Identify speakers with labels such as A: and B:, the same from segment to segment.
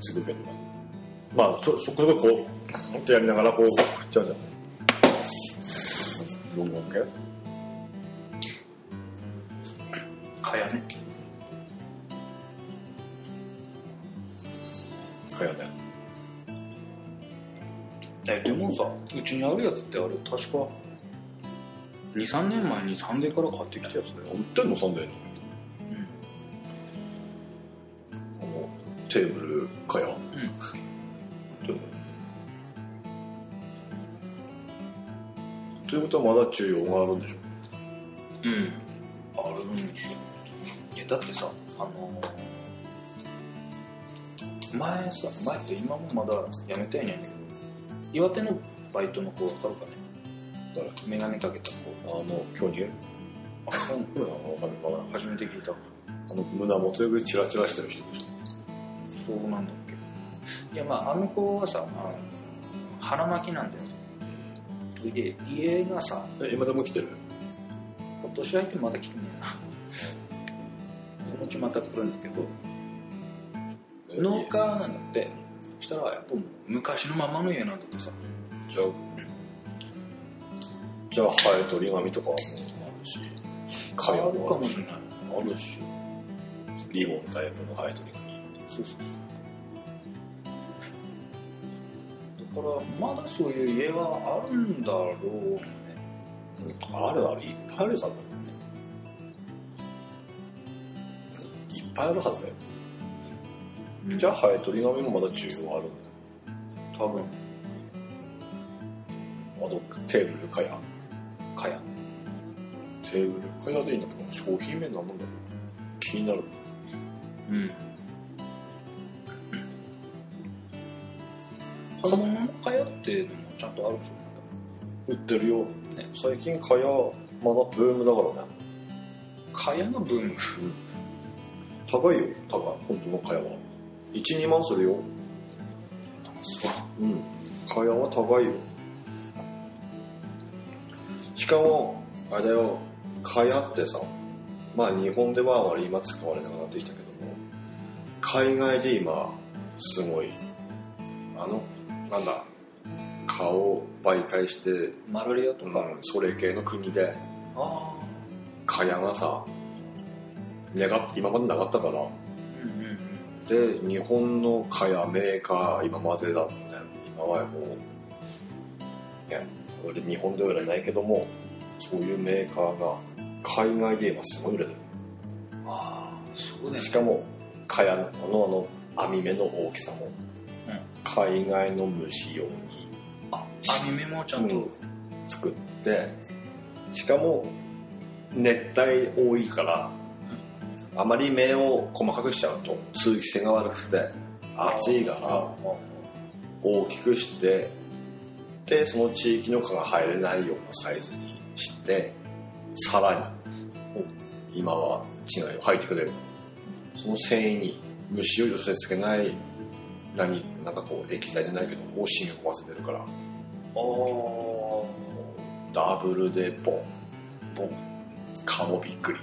A: すぐけどねまあちょそこそここうってやりながらこうじゃあじゃあどんどんけ
B: かやね。
A: かやね
B: え、でもさ、うちにあるやつってあれ、確か、2、3年前にサンデーから買ってきたやつだよ。
A: 売ってんのサンデーに
B: う
A: あのテーブルかやうんということはまだ中央があるんでしょ
B: ん。うん。あるんでしょ。いや、だってさ、あのー前さ、前って今もまだやめたいねんけど、岩手のバイトの子わかるかね
A: 誰
B: メガネかけた子。
A: あの巨乳
B: あ、そうなの
A: うんあのわかるかな
B: 初めて聞いた。
A: あの胸元よくチラチラしてる人でし
B: そうなんだっけいやまああの子はさ、まあ、腹巻きなんだよそれで家がさ
A: ょえ今でも来てる
B: 今年入ってまだ来てねえなそのうちまた来るんだけど
A: え
B: 農家なんだってそしたらやっぱもう昔のままの家なんだってさ
A: じゃあ、じゃあ、ハエと折り紙とかもあるし、
B: 変
A: カヤ
B: わるか
A: もあ
B: も
A: る
B: し
A: し、
B: れない
A: あるし、リボンタイプのハエと折り
B: そうそうそうだからまだそういう家はあるんだろうね
A: 紙。あるある、いっぱいあるよ、多分。いっぱいあるはずだよ。じゃあ、ハエと折り紙もまだ需要あるん
B: 多分
A: だよ。あと、テーブルカヤ。
B: かや
A: テーブルカヤでいいんだけど、商品名なんなんだろう気になる。
B: うん。子供の通っていうのもちゃんとあるでし
A: 売ってるよ。
B: ね
A: 最近カヤ、まだブームだからね。
B: ょ。かやのブーム。
A: 高いよ、高い。本当のカヤは。1、2万するよ。
B: そう。
A: うん。会話は高いよ。しかも、あれだよ、会話ってさ、まあ日本ではあまり今使われなくなってきたけども、海外で今、すごい、あの、なんだ、顔を媒介して、
B: マラリアと
A: う
B: か。
A: ん、それ系の国で、
B: ああ。
A: 会話がさ、願っ今までなかったから、
B: うんうんうん。
A: で日本の蚊やメーカー今までだったんだよ今はもうねこれ日本では売れないけどもそういうメーカーが海外で今すごい売れて
B: ああ、そうだ
A: る
B: よ
A: し
B: ね。
A: かも蚊やのあのあの網目の大きさも、
B: うん
A: 海外の虫用に
B: あ、網目もちゃんと。
A: うん作ってしかも熱帯多いからあまり目を細かくしちゃうと通気性が悪くて暑いか
B: あ
A: ら
B: あ。
A: 大きくしてでその地域の蚊が入れないようなサイズにしてさらに今は違いを入ってくれるその繊維に虫を寄せつけない何なんかこう液体じゃないけどもう芯を壊せてるから
B: ああ。
A: ダブルでボンボン蚊もびっくり、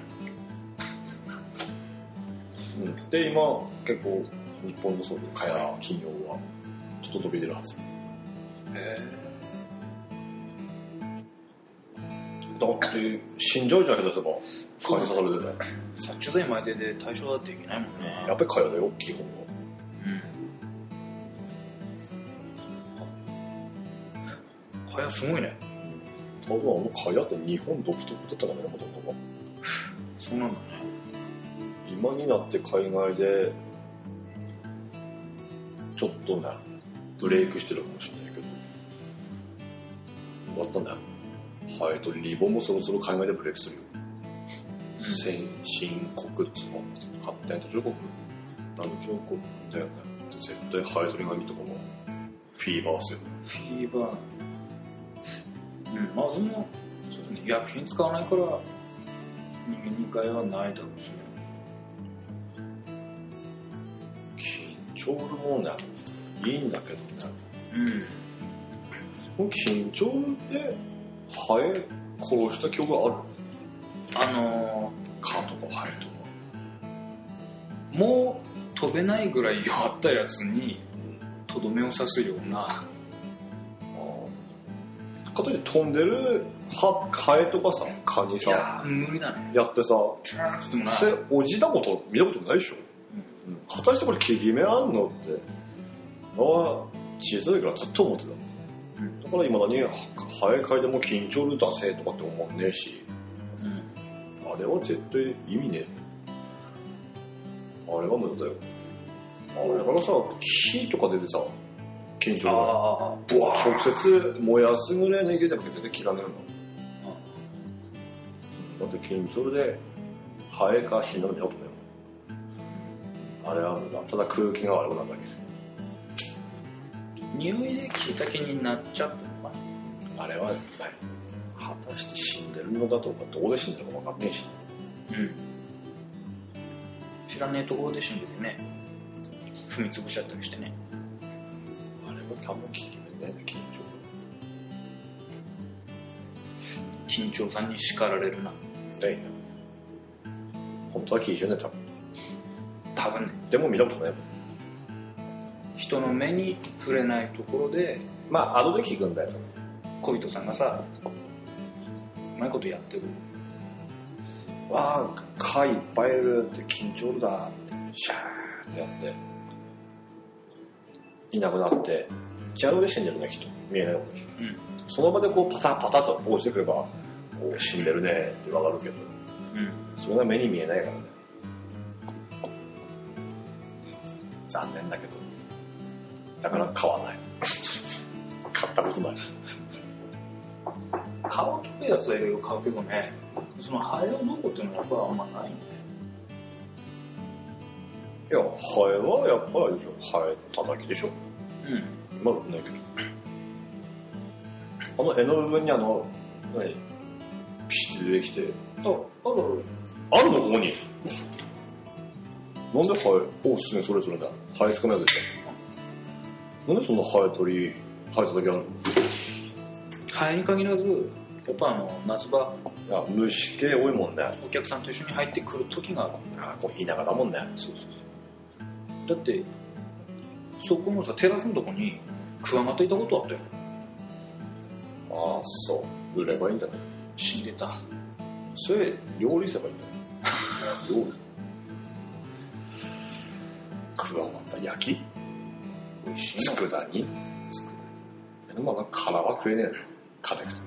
A: うん、で今結構日本のそういう蚊や企業はちょっと飛び出るはず
B: へ
A: だって死んじゃうじゃん下手すれば蚊に刺されてね
B: え。殺虫剤巻いてで対象だっていけないもんね。
A: やっぱり蚊やだよ基本は
B: うん。かやすごいね。
A: 多分あの蚊やって日本独特だったからねほとんどが
B: そうなんだね。
A: 今になって海外でちょっとねブレイクしてるかもしれないけど終わったねはいとリボンもそろそろ海外でブレイクするよ、
B: うん
A: 先進国っつうの発展途上国南上国だよねで絶対ハエトリガミとかもフィーバーする
B: フィーバー。うん、まあそんな、そうだね、薬品使わないから、人間に害はないだろうしね。
A: 緊張ョールもねいいんだけどね
B: うん
A: 緊張でハエ殺した記憶がある
B: あの
A: 蚊とかハエとか
B: ーもう飛べないぐらい弱ったやつにとどめを刺すような
A: あーかといって飛んでるハハエとかさ蚊に
B: い
A: さ
B: やー無理だね
A: やってさ
B: チューンともない
A: それおじたこと見たことないでしょ、うん果たしてこれ効き目あんのって俺は小さいからずっと思ってた、
B: うん
A: だから今何ハエ界でも緊張ルーダせとかって思んねえし
B: うん
A: あれは絶対意味ねえあれは無駄だよあれからさ火とか出てさ緊
B: あ
A: 張
B: あ
A: ルーダー直接燃やすぐらいの勢いでも絶対切らねえのだって筋トレでハエか死ぬんだよあれは無駄ただ空気が悪くなるだ
B: 匂いで聞いた気になっちゃったのか
A: けあれはない果たして死んでるのだとかどこで死んでるのか分かんねえし
B: なうん知らねえところで死んでてね踏み潰しちゃったりしてね
A: あれも多分効き目ないね緊張
B: 緊張さんに叱られるな
A: ないね本当は基準ね多分
B: 多分ね
A: でも見たことないもん
B: 人の目に触れないところで
A: まあ後で効くんだよ
B: 小糸さんがさうまいことやってる
A: わあ蚊いっぱいいるって緊張だってシャーってやっていなくなってジャロで死んでるね人見えないことでしょ
B: うん
A: その場でこうパタパタとこうしてくればお死んでるねってわかるけど
B: うん
A: それが目に見えないからね残念だけどだから買わない買ったことない
B: 顔きれいやつはいろいろ買うけどねそのハエをどうこうっていうのは僕はあんまないね
A: いやハエはやっぱりあれでしょハエ叩きでしょ
B: うん
A: まだないけど。あの絵の部分にあの、何ピシッて出てきて、
B: ああるある
A: あるのここになんでハエ、おう、すね、それそれだ。ハエ少ないやつでしょ。なんでそんなハエ取り、ハエ叩きあるのい
B: ハエに限らずやっぱあの夏場
A: や、虫系多いもんね。
B: お客さんと一緒に入ってくる時がある
A: あこう田舎だもんね。
B: そうそうそうだってそこもさテラスのとこにクワガタいたことあったよ
A: ああ、そう。売ればいいんじゃない
B: 死んでた
A: それ、料理すればいいんじゃない料理クワガタ焼き
B: 美味しいの
A: 佃煮
B: つく
A: でもなんか殻は食えねえの。硬くて。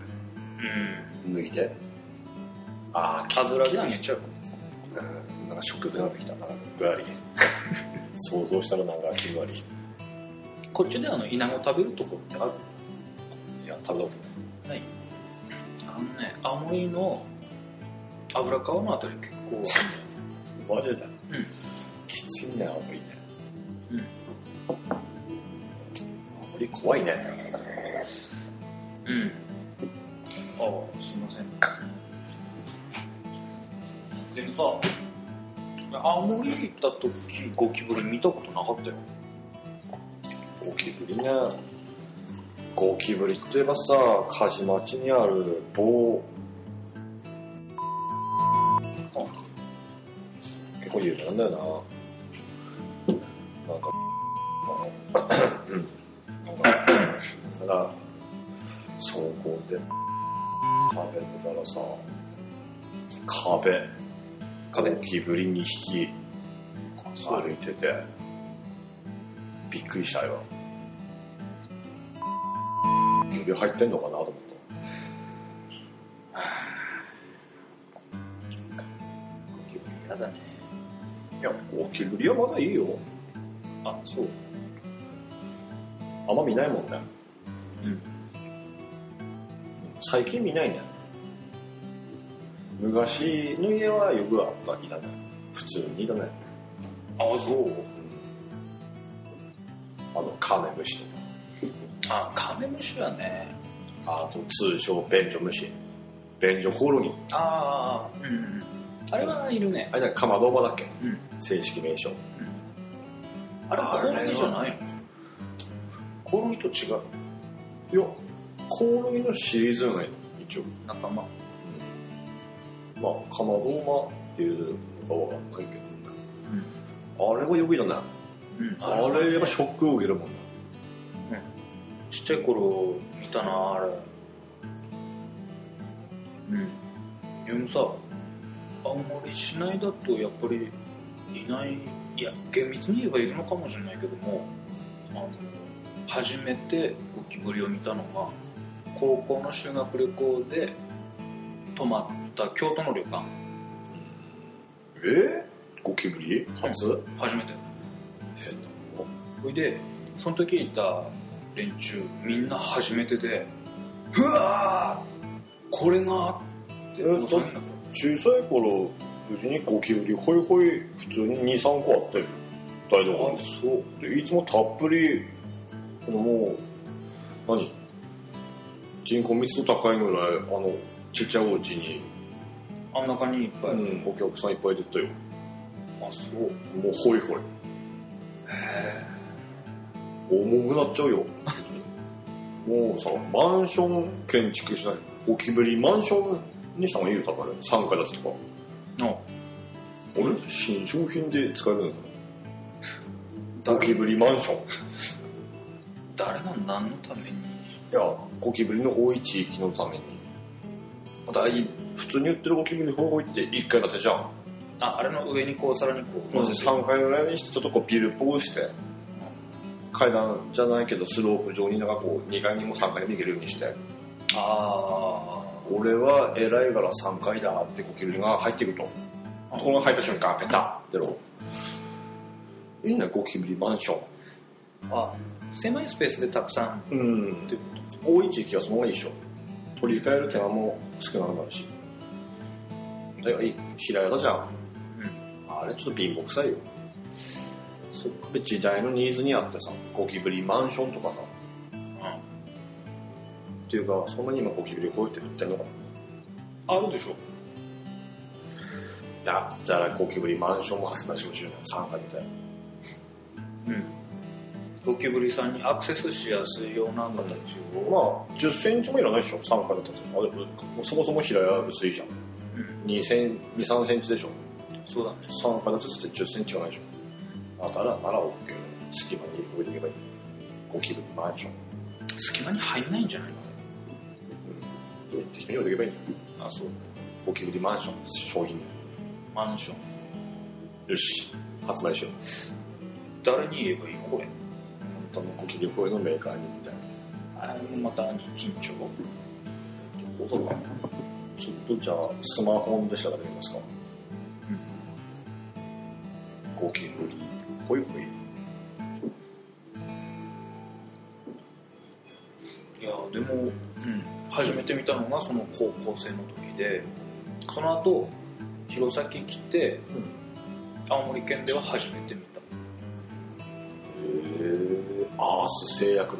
B: うん
A: 脱いで。ああ、き
B: 油で揚げちゃう
A: うんなんか食欲なってきた。なんか具あり。想像したらなんか気分悪い。い
B: こっちであのイナゴ食べるとこってある
A: や、食べたこ
B: あのね青森の油川のあたり結構あるんだ
A: と
B: よ
A: ない。マジで
B: うん。
A: きついね、青森ね。
B: うん。
A: 青森怖いね。
B: うん。ああ、すいません。でさ、青森行った時、ゴキブリ見たことなかったよ。
A: ゴキブリね。ゴキブリといえばさ、鍛冶町にある棒。結構有名なんだよな。なんか、うん。なんか、だから、走行で、壁見たらさ、壁、壁ゴキブリ2匹
B: そう
A: 歩いてて、びっくりしたよ。指入ってんのかなと思った。
B: ゴキブリ嫌だね。
A: いや、ゴキブリはまだいいよ。
B: あ、そう。
A: あんま見ないもんね。
B: うん。
A: 最近見ないね。昔の家はよくあった、いたね。普通にいたね。
B: あ、そう。
A: あの、カメムシと
B: あ、カメムシはね。
A: か。あと、通称、便所虫。便所コオロギ。
B: ああ、うん。あれはいるね。
A: あれだ、かまどばだっけ
B: うん。
A: 正式名称。
B: あれ
A: あれ
B: コオ
A: は
B: ロギじゃないのコオロギと違う
A: いやコオロギのシリーズ内の一応、
B: 仲
A: ま
B: 間
A: あかまぼうまっていうのかわかんないけど、あれはよくいたね
B: うん
A: あれやっぱショックを受けるもんな
B: ちっちゃい頃見たなあれうんでもさ青森市内だとやっぱりいないいや厳密に言えばいるのかもしれないけどもあの初めてゴキブリを見たのが高校の修学旅行で泊まった京都の旅館
A: えゴキブリ初、
B: 初めて
A: 変な
B: それでその時いた連中みんな初めてで「うわーこれが!」って
A: え
B: そんな
A: 小さい頃うちにゴキブリホイホイ普通に23個あったよ台所に
B: そう
A: でいつもたっぷりこのもう何人口密度高いぐらいあのちっちゃいお家に、
B: あん中にいっぱい、
A: うん、お客さんいっぱい出たよ
B: あそう
A: もうホイホイ
B: へ
A: 重くなっちゃうよもうさマンション建築しないゴキブリマンションにした方がいいよだから3階建てとか
B: えの
A: 俺新商品で使えるんだゴキブリマンション
B: 誰が何のために
A: いや、ゴキブリの多い地域のために。また、い普通に売ってるゴキブリの方が多いって1階建てじゃん。
B: ああれの上にこうさらにこう、乗せて
A: 3階ぐらいにして、ちょっとこうビルっぽくして、階段じゃないけどスロープ状になんかこう2階にも3階にも行けるようにして、
B: あ
A: 俺は偉いから3階だってゴキブリが入ってくると。
B: あ
A: この入った瞬間、ペタッってろ。いいんだよ、ゴキブリマンショ
B: ーあ狭いスペースでたくさん
A: ン。うん。で多い地域はその方がいいでしょ。取り替える手間も少なくなるし。だからいい平屋だじゃん。あれちょっと貧乏くさいよ。
B: そっか
A: で時代のニーズに合ってさ、ゴキブリマンションとかさ、っていうか、そんなに今ゴキブリこうやって売ってんのか
B: あるでしょ
A: なだったらゴキブリマンションも発売してほしいよね、参加みたいな。
B: うんゴキブリさんにアクセスしやすいような形を、
A: まあ、10センチもいらないでしょ、参加だったら。あでもそもそも平屋薄いじゃん。
B: うん、
A: 2セン、2、3センチでしょ。
B: そうだね
A: 参加だとって10センチはないでしょ。あたら、なら OK。隙間に置いていけばいい。ゴキブリマンション。
B: 隙間に入んないんじゃない
A: うん。適当に置いていけばいい。
B: あそう
A: ゴキブリマンション、商品。
B: マンション
A: よし、発売しよう。
B: 誰に言えばいいのこれ
A: 多分ゴキブリ声のメーカーにみたいな。
B: あまたに緊張
A: どうかなちょっとじゃあ、スマホで調べてみますか。ゴキブリ、ほいほい。
B: いやでも、うん、初めて見たのがその高校生の時でその後弘前来て、青森県では初めて見た
A: えー、アース製薬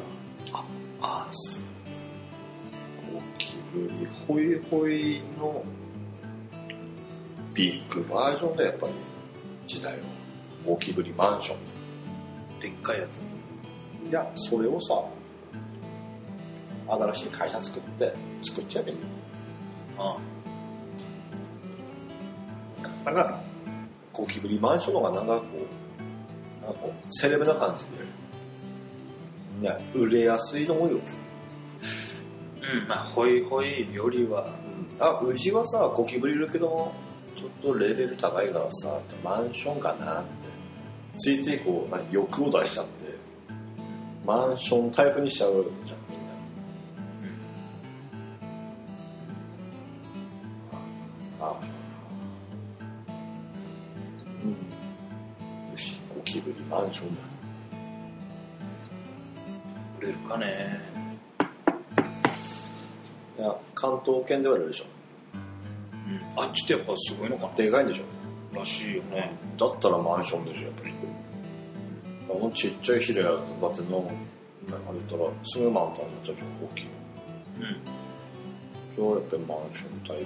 A: だ。
B: あー
A: ゴキブリ、ほいほいのビッグバージョンだ、やっぱり、時代は。ゴキブリマンショ
B: でっかいやつ
A: ン。いや、それをさ、新しい会社作って、作っちゃえばいいよ。
B: あ
A: なんか、ゴキブリマンションの方がなんかこう、なんかこう、セレブな感じで、ね、売れやすいと思うよ。
B: うんまあホイホイよりは
A: あ、うちはさ、ゴキブリいるけど、ちょっとレベル高いからさ、マンションかなって。ついついこう、何欲を出しちゃって、マンションタイプにしちゃうじゃん、みんな。あ、うん。よし、ゴキブリマンションだ。
B: 売れるかね
A: いや、関東圏ではあるでしょ。
B: うんあっちってやっぱすごいのか
A: でかいんでしょ。
B: ならしいよね
A: だったらマンションでしょ、やっぱり。あのちっちゃい平屋だっての、なんかあれだったら、すぐマンタンになっちゃうでしょ、大きい。
B: うん
A: 今日はやっぱりマンションタイプ。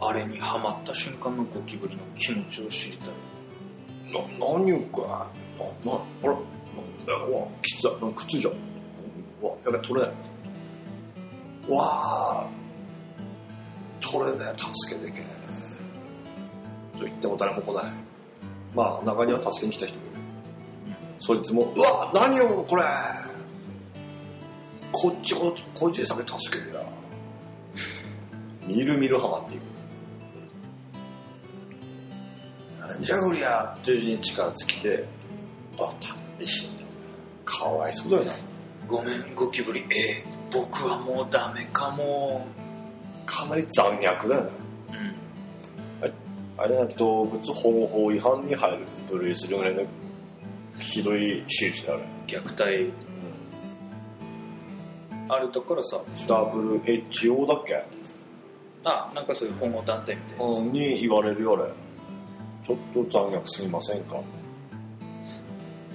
B: ああれにハマった瞬間のゴキブリの気持ちを知りたい
A: な何をかななあらなんだうわきつだなんか靴じゃんうわやべ取れないうわあ取れねえ助けてけと言っても誰も来ないまあ中には助けに来た人もいる、そいつもうわ何をこれこっちこ個人酒助けてやみるみるハマっていくなんじゃこりゃっていううちに力尽きてバタって死んだかわいそうだよな
B: ごめんゴキブリえー僕はもうダメかも
A: かなり残虐だよな
B: うん
A: あれは動物保護法違反に入る部類するぐらいのひどい手術である
B: 虐待あるだからさ
A: WHO だっけ
B: あなんかそういう保護団体みたいな、
A: に言われるよあれちょっと残虐すぎませんか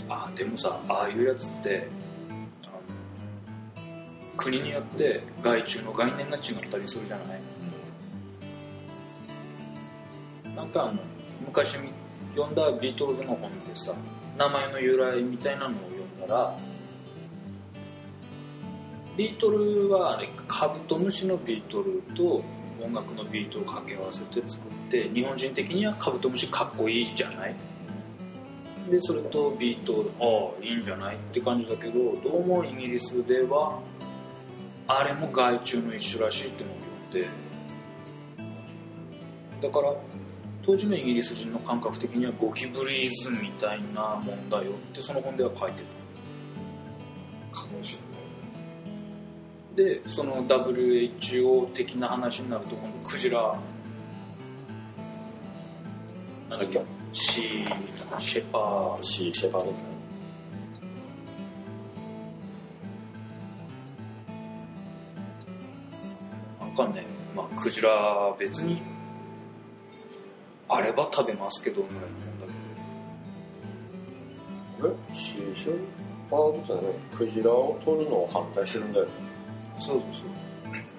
B: あでもさああいうやつってあの国によって害虫の概念が違ったりするじゃないなんかあの昔み読んだビートルズの本でさ名前の由来みたいなのを読んだらビートルはあれカブトムシのビートルと音楽のビートを掛け合わせて作って日本人的にはカブトムシかっこいいじゃないでそれとビートああいいんじゃないって感じだけどどうもイギリスではあれも害虫の一種らしいってのを読んでだから当時のイギリス人の感覚的にはゴキブリズみたいなもんだよってその本では書いて
A: かもし
B: るでその WHO 的な話になると今度クジラなんだっけシーシェパ
A: れな
B: ー
A: いしシェパード
B: なんかね、まあ、クジラ別にあれば食べますけどぐらいなん
A: あ
B: だ
A: れシーシェパードじゃないクジラを取るのを反対してるんだよ
B: けどそうそうそう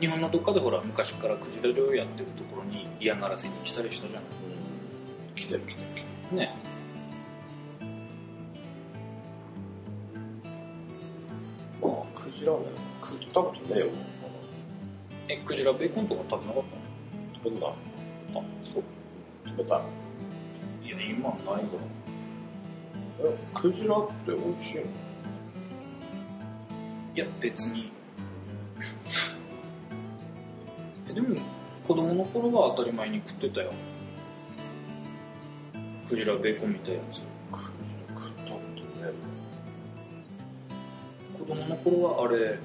B: 日本のどっかでほら昔からクジラ漁やってるところに嫌がらせに来たりしたじゃな
A: 来てる来てる
B: いね
A: まあクジラね食ったことねえよ
B: えクジラベーコンとか食べなかっ
A: 食べた
B: たのあそう
A: 食べた
B: いや今はないか
A: えクジラって美味しいの
B: いや別にえでも子供の頃は当たり前に食ってたよクジラベーコンみたいなやつ
A: クジラ食ったことね
B: 子供の頃はあれ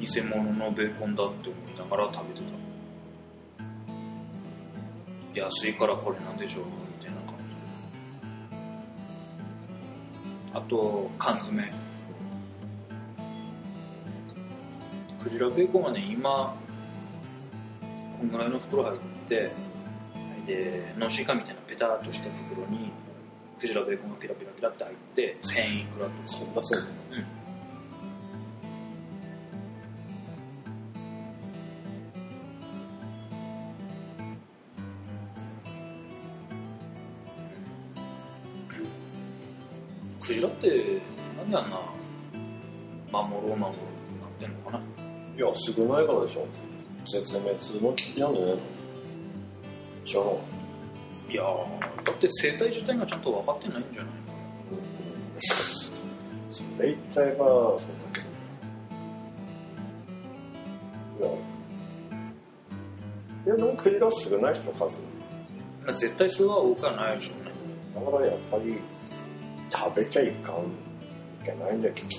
B: 偽物のベーコンだって思いながら食べてた安いからこれなんでしょうみたいな感じあと缶詰クジラベーコンはね今こんぐらいの袋入ってでノンシーカーみたいなペタッとした袋にクジラベーコンがピラピラピラって入って1000いくらとか
A: そんなそう
B: クジラってなんであんな守ろう守ろうってなってんのかない
A: や、少ないからでしょ。絶滅の危機なんだよね。じゃあ、
B: いやーだって生態自体がちゃんと分かってないんじゃない
A: それ一体が、そうだけど。いや、いやでもクジラは少ない人の数。
B: まあ絶対数は多くはないでしょうね
A: だからやっぱり、食べちゃいかん、いけないんだけど。
B: で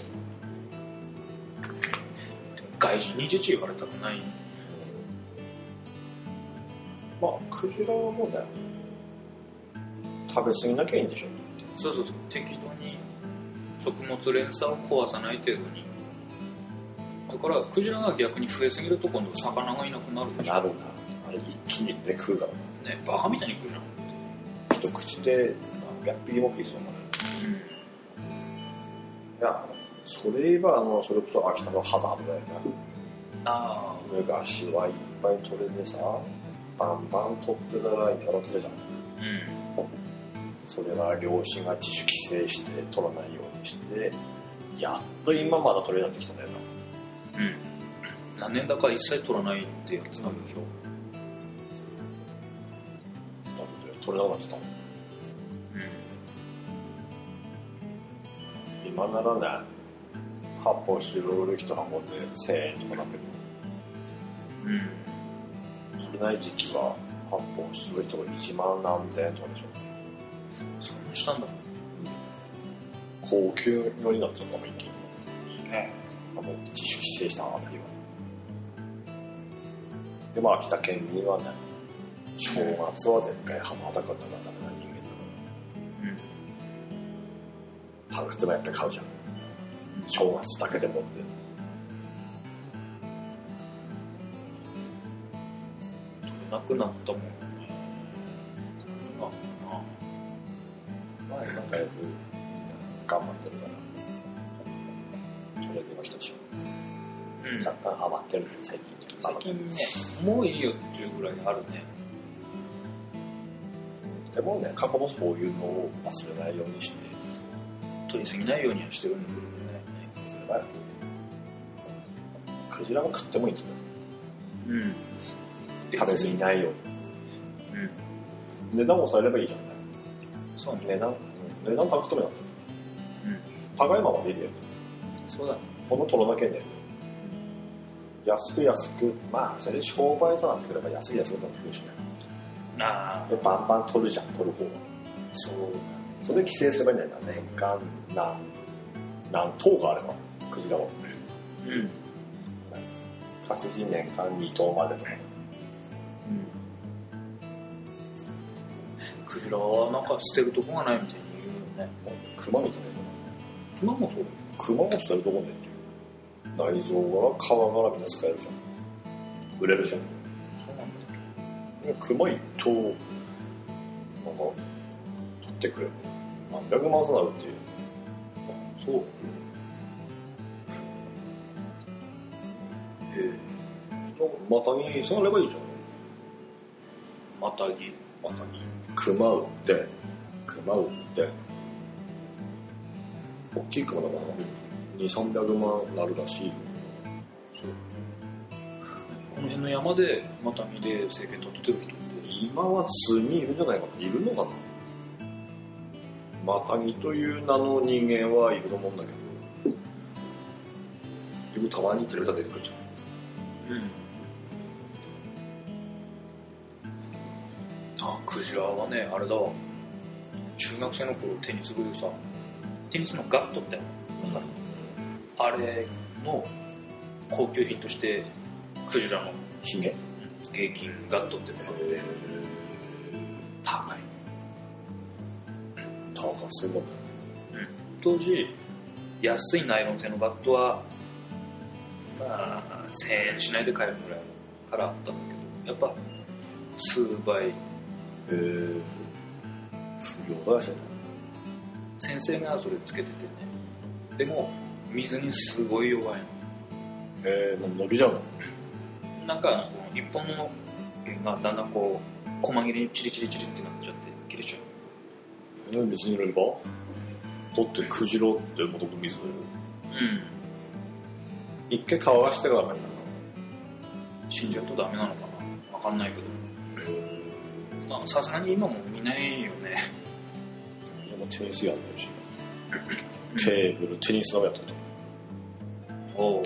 B: も外人に父言われたくない
A: まあ、クジラはもうね、食べ過ぎなきゃいいんでしょ。
B: そうそうそう適度に食物連鎖を壊さない程度にだからクジラが逆に増えすぎると今度魚がいなくなるでしょ
A: るんだ。あれ、一気にね、食うから。
B: ねバカみたいに食うじゃん
A: 一口で何百匹も食いそうな。いや、それ言えば、あの、それこそ秋田の肌だよな。
B: ああ
A: 昔はいっぱい取れてさ、バンバン取ってたらイカの手じゃん
B: うん
A: それは両親が自主規制して取らないようにしてやっと今まだ取れなってきたんだよな
B: うん何年だか一切取らないってやつなんでしょ
A: なんで取れなくなっちゃったもん
B: う
A: 今ならね発泡酒ロール1箱で1000円とかだけど
B: んうん
A: 足りない時期は発泡酒ロール1箱1万何千円とかでしょ
B: そんなしたんだ
A: 高級よりになっちゃったもん一気に
B: いいね
A: あもう自主規制したなあたりはでまあ秋田県民はね正月は絶対肌裸にならダメな人間だから高くてもやっぱり買うじゃん
B: うん
A: 正月だけでもって
B: 取れなくなったもんねああ
A: まあ今だいぶ頑張ってるから取れての人たち
B: うん
A: 若干ハマってるね最近
B: 最近ねもういいよっていうぐらいあるね
A: でもね過去もそういうのを忘れないようにして
B: 取りすぎないようにはしてるんだ
A: そ
B: け
A: うすればいいクジラも食ってもいいんだよ
B: どねうん
A: 食べずにないよう
B: うん
A: に値段を抑えればいいじゃんね
B: そうね
A: 値段値段高くてもいいんだよ
B: うん
A: 高いままでいいんだよ
B: そうだ
A: 物取らなきゃいけないんだよ安く安くまあそれで商売さなってくれば安い安くなってくるしね
B: あ
A: でバンバン取るじゃん取る方は
B: あそう
A: それで規制すればいいんだよな年間何何頭があればクジラは
B: うんうん
A: 各自年間2頭までとか
B: クジラはなんか捨てるとこがないみたいに言うよね
A: 熊みたいなや
B: クマもそうだよ
A: つ熊も捨てるとこねっていう内臓が皮絡みで使えるじゃん売れるじゃん
B: そうなんだ
A: 熊一頭なんか取ってくれ何百万となるっていう
B: そうえー
A: マタギそうなればいいじゃん
B: マタギ
A: マタギ熊売って熊売って大きい熊だから2300万なるらしい
B: この辺の山でマタギで生計取ってる人って
A: 今は数人いるんじゃないかないるのかなマタギという名の人間はいると思うんだけどでもたまにテレビで出てくるじゃん
B: うんあクジラはねあれだわ中学生の頃テニス部でさテニスのガットってわかるあれの高級品としてクジラの
A: ヒゲ
B: 平均ガットってのがあって高い
A: 高そうだね
B: 当時安いナイロン製のバットはまあ1000円しないで買えるぐらいからあったんだけどやっぱ数倍
A: へえ不良だよね
B: 先生がそれつけててねでも水にすごい弱い
A: へえ伸びちゃうの
B: のなんかこの一本の弦がだんだんこう細切れにチリチリチリってなっちゃって切れちゃう
A: ね水に入れればだってクジラってもともと水
B: うん
A: 一回乾かしてからなんだ
B: 死んじゃうとダメなのかなわかんないけどまあさすがに今も見ないよね
A: でもテニスやんない しテーブルテニスのやったりとか
B: おう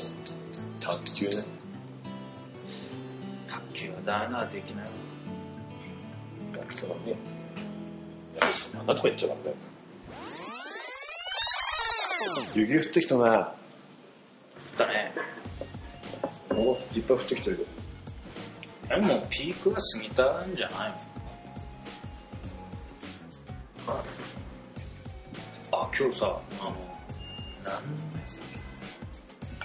A: 卓球ね
B: 卓球はダメなできない
A: やるとかねやるとかなんとか言っちゃダメだよ雪降ってきたな
B: だね
A: おいっぱい降ってきてるよ
B: でもうピークは過ぎたんじゃないのあ今日さあのなん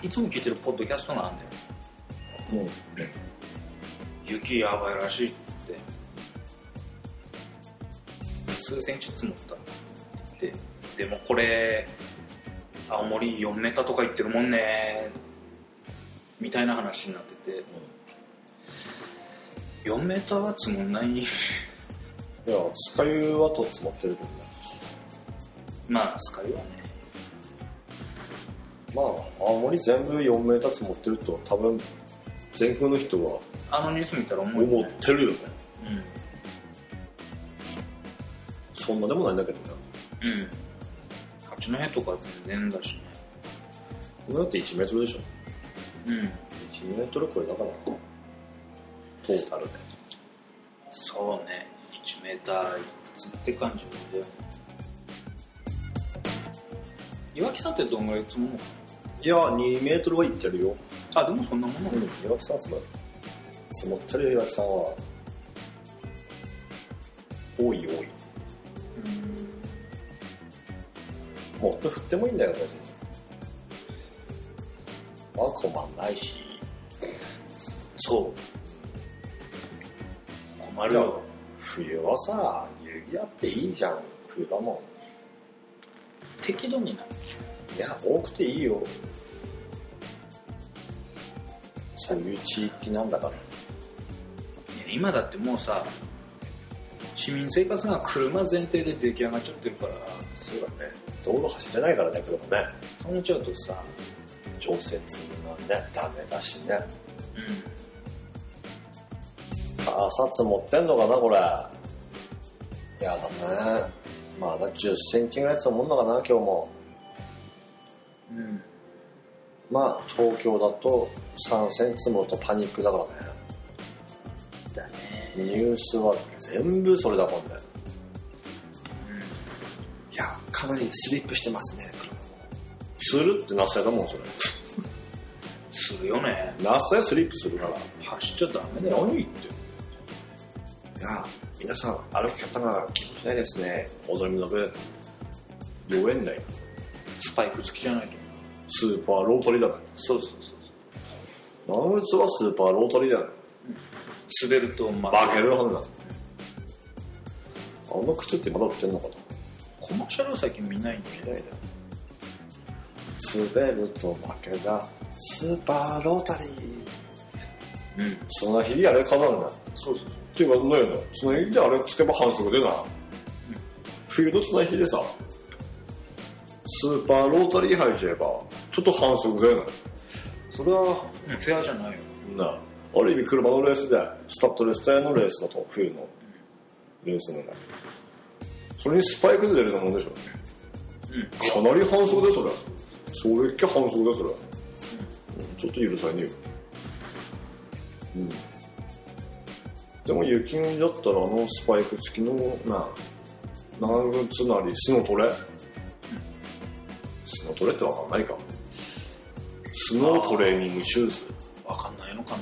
B: いつも聞いてるポッドキャストなんだ
A: う
B: よ
A: ん
B: 雪やばいらしいっつって数センチ積もったってでもこれ青森4メーターとか言ってるもんねみたいな話になってて4メーターは積もんない。
A: いや、スカユはと積もってるけどね。
B: まあ、スカイはね。
A: まあ、青森全部4メーター積もってると、多分、全国の人は
B: あのニュース見たら思うよ
A: 思っ
B: ね。
A: てるよね。
B: うん。
A: そんなでもないんだけどね。
B: うん。八戸とか全然だしね。
A: これだって1メートルでしょ。
B: うん。
A: 1メートル超えたかな。トータルで。
B: そうね。1メーターいくつって感じなんだよね。岩木さんってどんぐらい積むの
A: いや、2メートルはいってるよ。
B: あ、でもそんなもの、
A: うん、岩木さんは積もる。積もってる岩木さんは、多い多い。もっと振ってもいいんだよ、別に。まあ、困んないし。
B: そう。困る
A: いや
B: よ。
A: 冬はさ、遊戯やっていいじゃん。冬だも
B: 適度にな。
A: ん。いや、多くていいよ。そういう地域なんだから。
B: いや今だってもうさ、市民生活が車前提で出来上がっちゃってるから、
A: そうだね。道路走れないからね、車ね。
B: そうなっちゃうとさ、
A: 常設がね、ダメだしね。
B: う
A: あ、
B: ん。
A: シャツ持ってんのかな、これ。いやだね。まだ10センチぐらい積もんのかな、今日も。
B: うん。
A: まあ、東京だと3センチ積もるとパニックだからね。
B: だね。
A: ニュースは全部それだもんね。
B: うん。
A: いや、かなりスリップしてますね、するってなっせだもん、それ。
B: するよね。
A: なっせスリップするから。
B: 走っちゃダメだよ。
A: 何言っていや、皆さん、歩き方が気持ちないですね。おぞみのべ、酔えんだよ。
B: スパイク付きじゃないと。
A: スーパーロートリーだね。
B: そうそうそうそう。
A: 長靴はスーパーロートリーだね。
B: 滑ると、ま
A: 化けるはずだ。あの靴ってまだ売ってんのかな
B: コマーシャルは最近見ないんだけど。
A: 滑ると負けだ。スーパーロータリー。
B: うん。
A: その日あれ飾るな。
B: そうそう。
A: っていうか、だよね。その日であれつけば反則でな。冬の綱引きでさ、スーパーロータリー入っちゃえば、ちょっと反則だよ
B: それは、うん、フェアじゃないよ。
A: な。なあ。ある意味車のレースで、スタッドレスタイのレースだと、冬のレースのね。それにスパイクで出るようなもんでしょ。
B: うん。
A: かなり反則だよ、それ。それっきゃ反則だよ、それ。ちょっと許されねえよ。うん。でも雪国だったらあのスパイク付きの、な、長靴なり、スノトレ。スノトレってわかんないか。スノートレーニングシューズ。
B: わかんないのかな。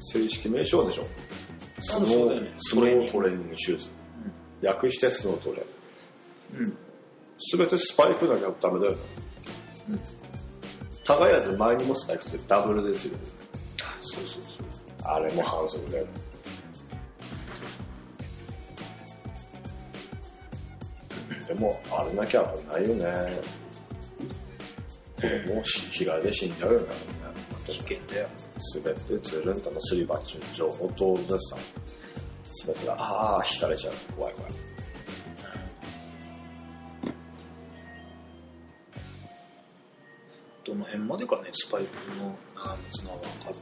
A: 正式名称でしょ。スノ
B: そうだよ
A: ー
B: ね、
A: スノートレーニングシューズ。略してスノートレ。
B: うん。
A: すべてスパイクだけはダメだよ、ね
B: うん
A: 高いやつ前にもスパイクするダブルでついてる
B: あそうそうそう。
A: あれも反則だよ、ね、でもあれなきゃ危ないよね子供も被害で死んじゃうよね
B: 危険だよ。
A: 滑ってつるんとのすり鉢情報とでさ滑ってああ引かれちゃう怖い怖い
B: どの辺までかね、スパイクの長靴のはわかるっ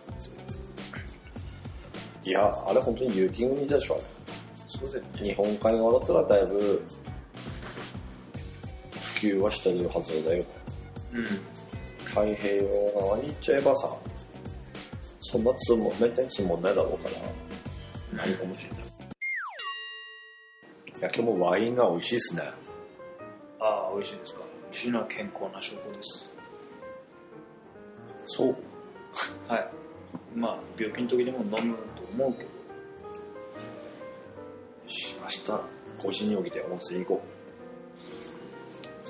B: て。
A: いやあれ本当に雪国でしょあれ
B: そうだよね。
A: 日本海側だったらだいぶ普及はしてるはずだよ
B: うん。
A: 太平洋側に行っちゃえばさそんなつもめったにつもんないだろうから
B: ないかもしれない。
A: いや今日もワインが美味しいですね
B: ああ、美味しいですか。美味しいのは健康な証拠です。
A: そう
B: はい。まあ、病気の時でも飲むと思うけど。
A: し明日5時に起きて温泉行こ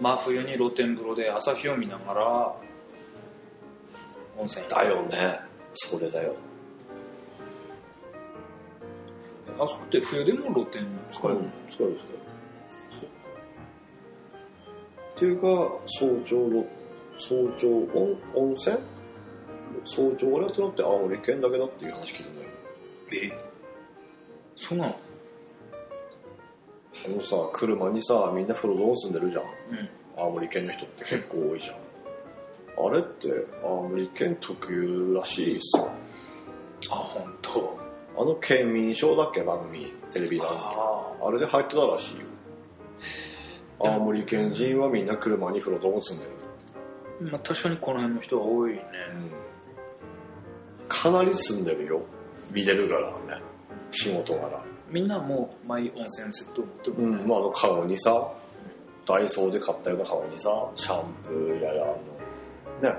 B: 真冬に露天風呂で朝日を見ながら温泉
A: う
B: 行く
A: よねそれだよ
B: あそこって冬でも露天使
A: こ
B: え
A: れ
B: る、
A: も使うですよっていうか早朝の早朝温温泉早朝俺やってなって青森県だけだっていう話聞いたんだよ
B: えそうなの
A: あのさ車にさみんなフロドン住んでるじゃん
B: うん
A: 青森県の人って結構多いじゃんあれって青森県特有らしいっすよ
B: あ本当。
A: あの県民賞だっけ番組テレビ番組
B: あ
A: あれで入ってたらしいよ青森県人はみんな車にフロトン住んでる、
B: あまあ確かにこの辺の人は多いね
A: かなり住んでるよ見れるからね仕事柄
B: みんなもうマイ温泉セット持って
A: う
B: る
A: んまああのカゴにさダイソーで買ったようなカゴにさシャンプーやらあのね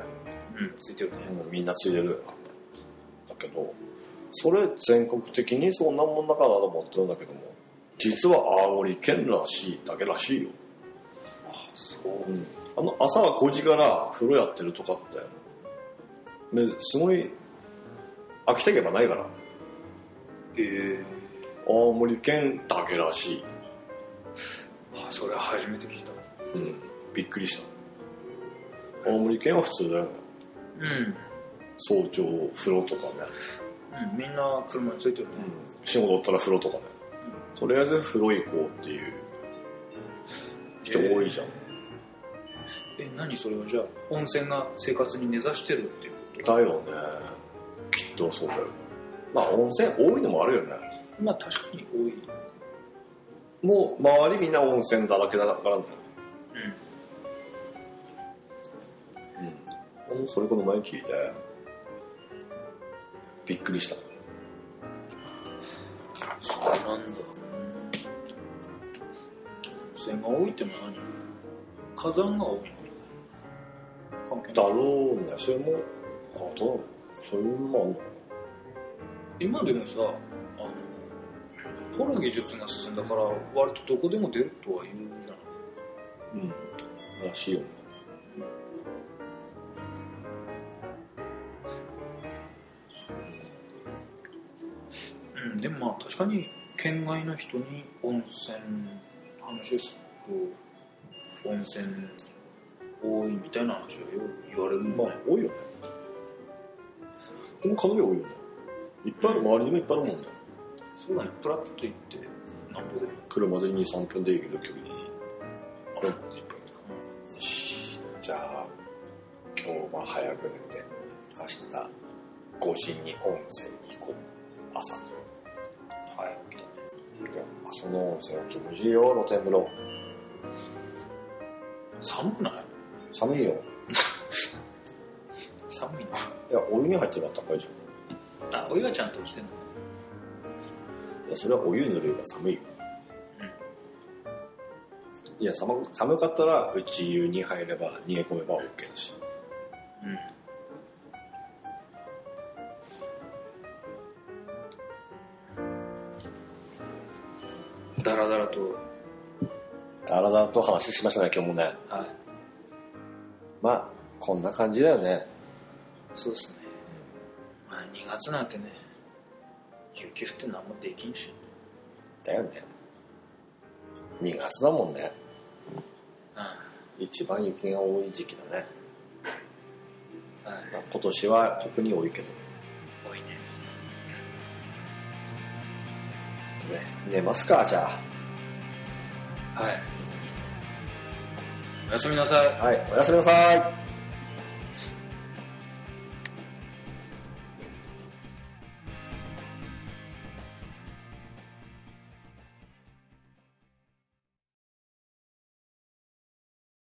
B: うんついてるね
A: うんみんなついてるだけどそれ全国的にそんなもんだからと思ってたんだけども実は青森県らしいだけらしいよ
B: あそう
A: うんあの朝は5時から風呂やってるとかって、ね、すごい飽きたけばないから
B: へえ
A: 青森県だけらしい、
B: あそれ初めて聞いた
A: うん、びっくりした青森県は普通だよね
B: うん
A: 早朝風呂とかね、
B: うん、みんな車についてるね、
A: 仕事だったら風呂とかね、とりあえず風呂行こうっていう人多いじゃん、
B: え何それはじゃあ温泉が生活に根ざしてるっていうこと
A: だよねきっとそうだよまあ温泉多いのもあるよね
B: まあ確かに多い
A: もう周りみんな温泉だらけだからねうん、それこの前聞いてびっくりした
B: そうなんだ温泉が多いってのは何火山が多いの関係
A: だ
B: ない
A: ろうねそれもあどうなのそういうのも
B: 今でもさあの掘る技術が進んだから割とどこでも出るとは言うじゃない
A: あんのうんらしいよね
B: うん、でもまあ確かに県外の人に温泉の話ですと温泉多いみたいな話はよく言われる
A: まあ
B: もんね、
A: 多いよねでも家族多いよねいっぱいある周りにもいっぱいあるもんね
B: そうだねプラッと行ってなんぼでも
A: 車で23分で行ける距離にあれっていっぱいいたよしじゃあ今日は早く寝て明日5時に温泉に行こう朝
B: はい
A: その温泉は気持ちいいよ、露天風呂。
B: 寒くない
A: 寒いよ。
B: 寒いない
A: や、お湯に入ってるのは高いじゃ
B: あお湯はちゃんとしてんの
A: ん。いや、それはお湯に濡れるから寒いよ。いや寒、寒かったら、内湯に入れば、逃げ込めば OK だし。
B: うんだらだらと、
A: だらだらと話しましたね、今日もね。
B: はい、
A: まあ、こんな感じだよね。
B: そうですね。まあ、2月なんてね、雪降って何もできんし。
A: だよね。2月だもんね。
B: う
A: 一番雪が多い時期だね。
B: ん。はい。
A: まあ、今年は特に多いけど。
B: 多いね。
A: ね、寝ますか、じゃ
B: はい。おやすみなさい。
A: あ。はい、おやすみなさい。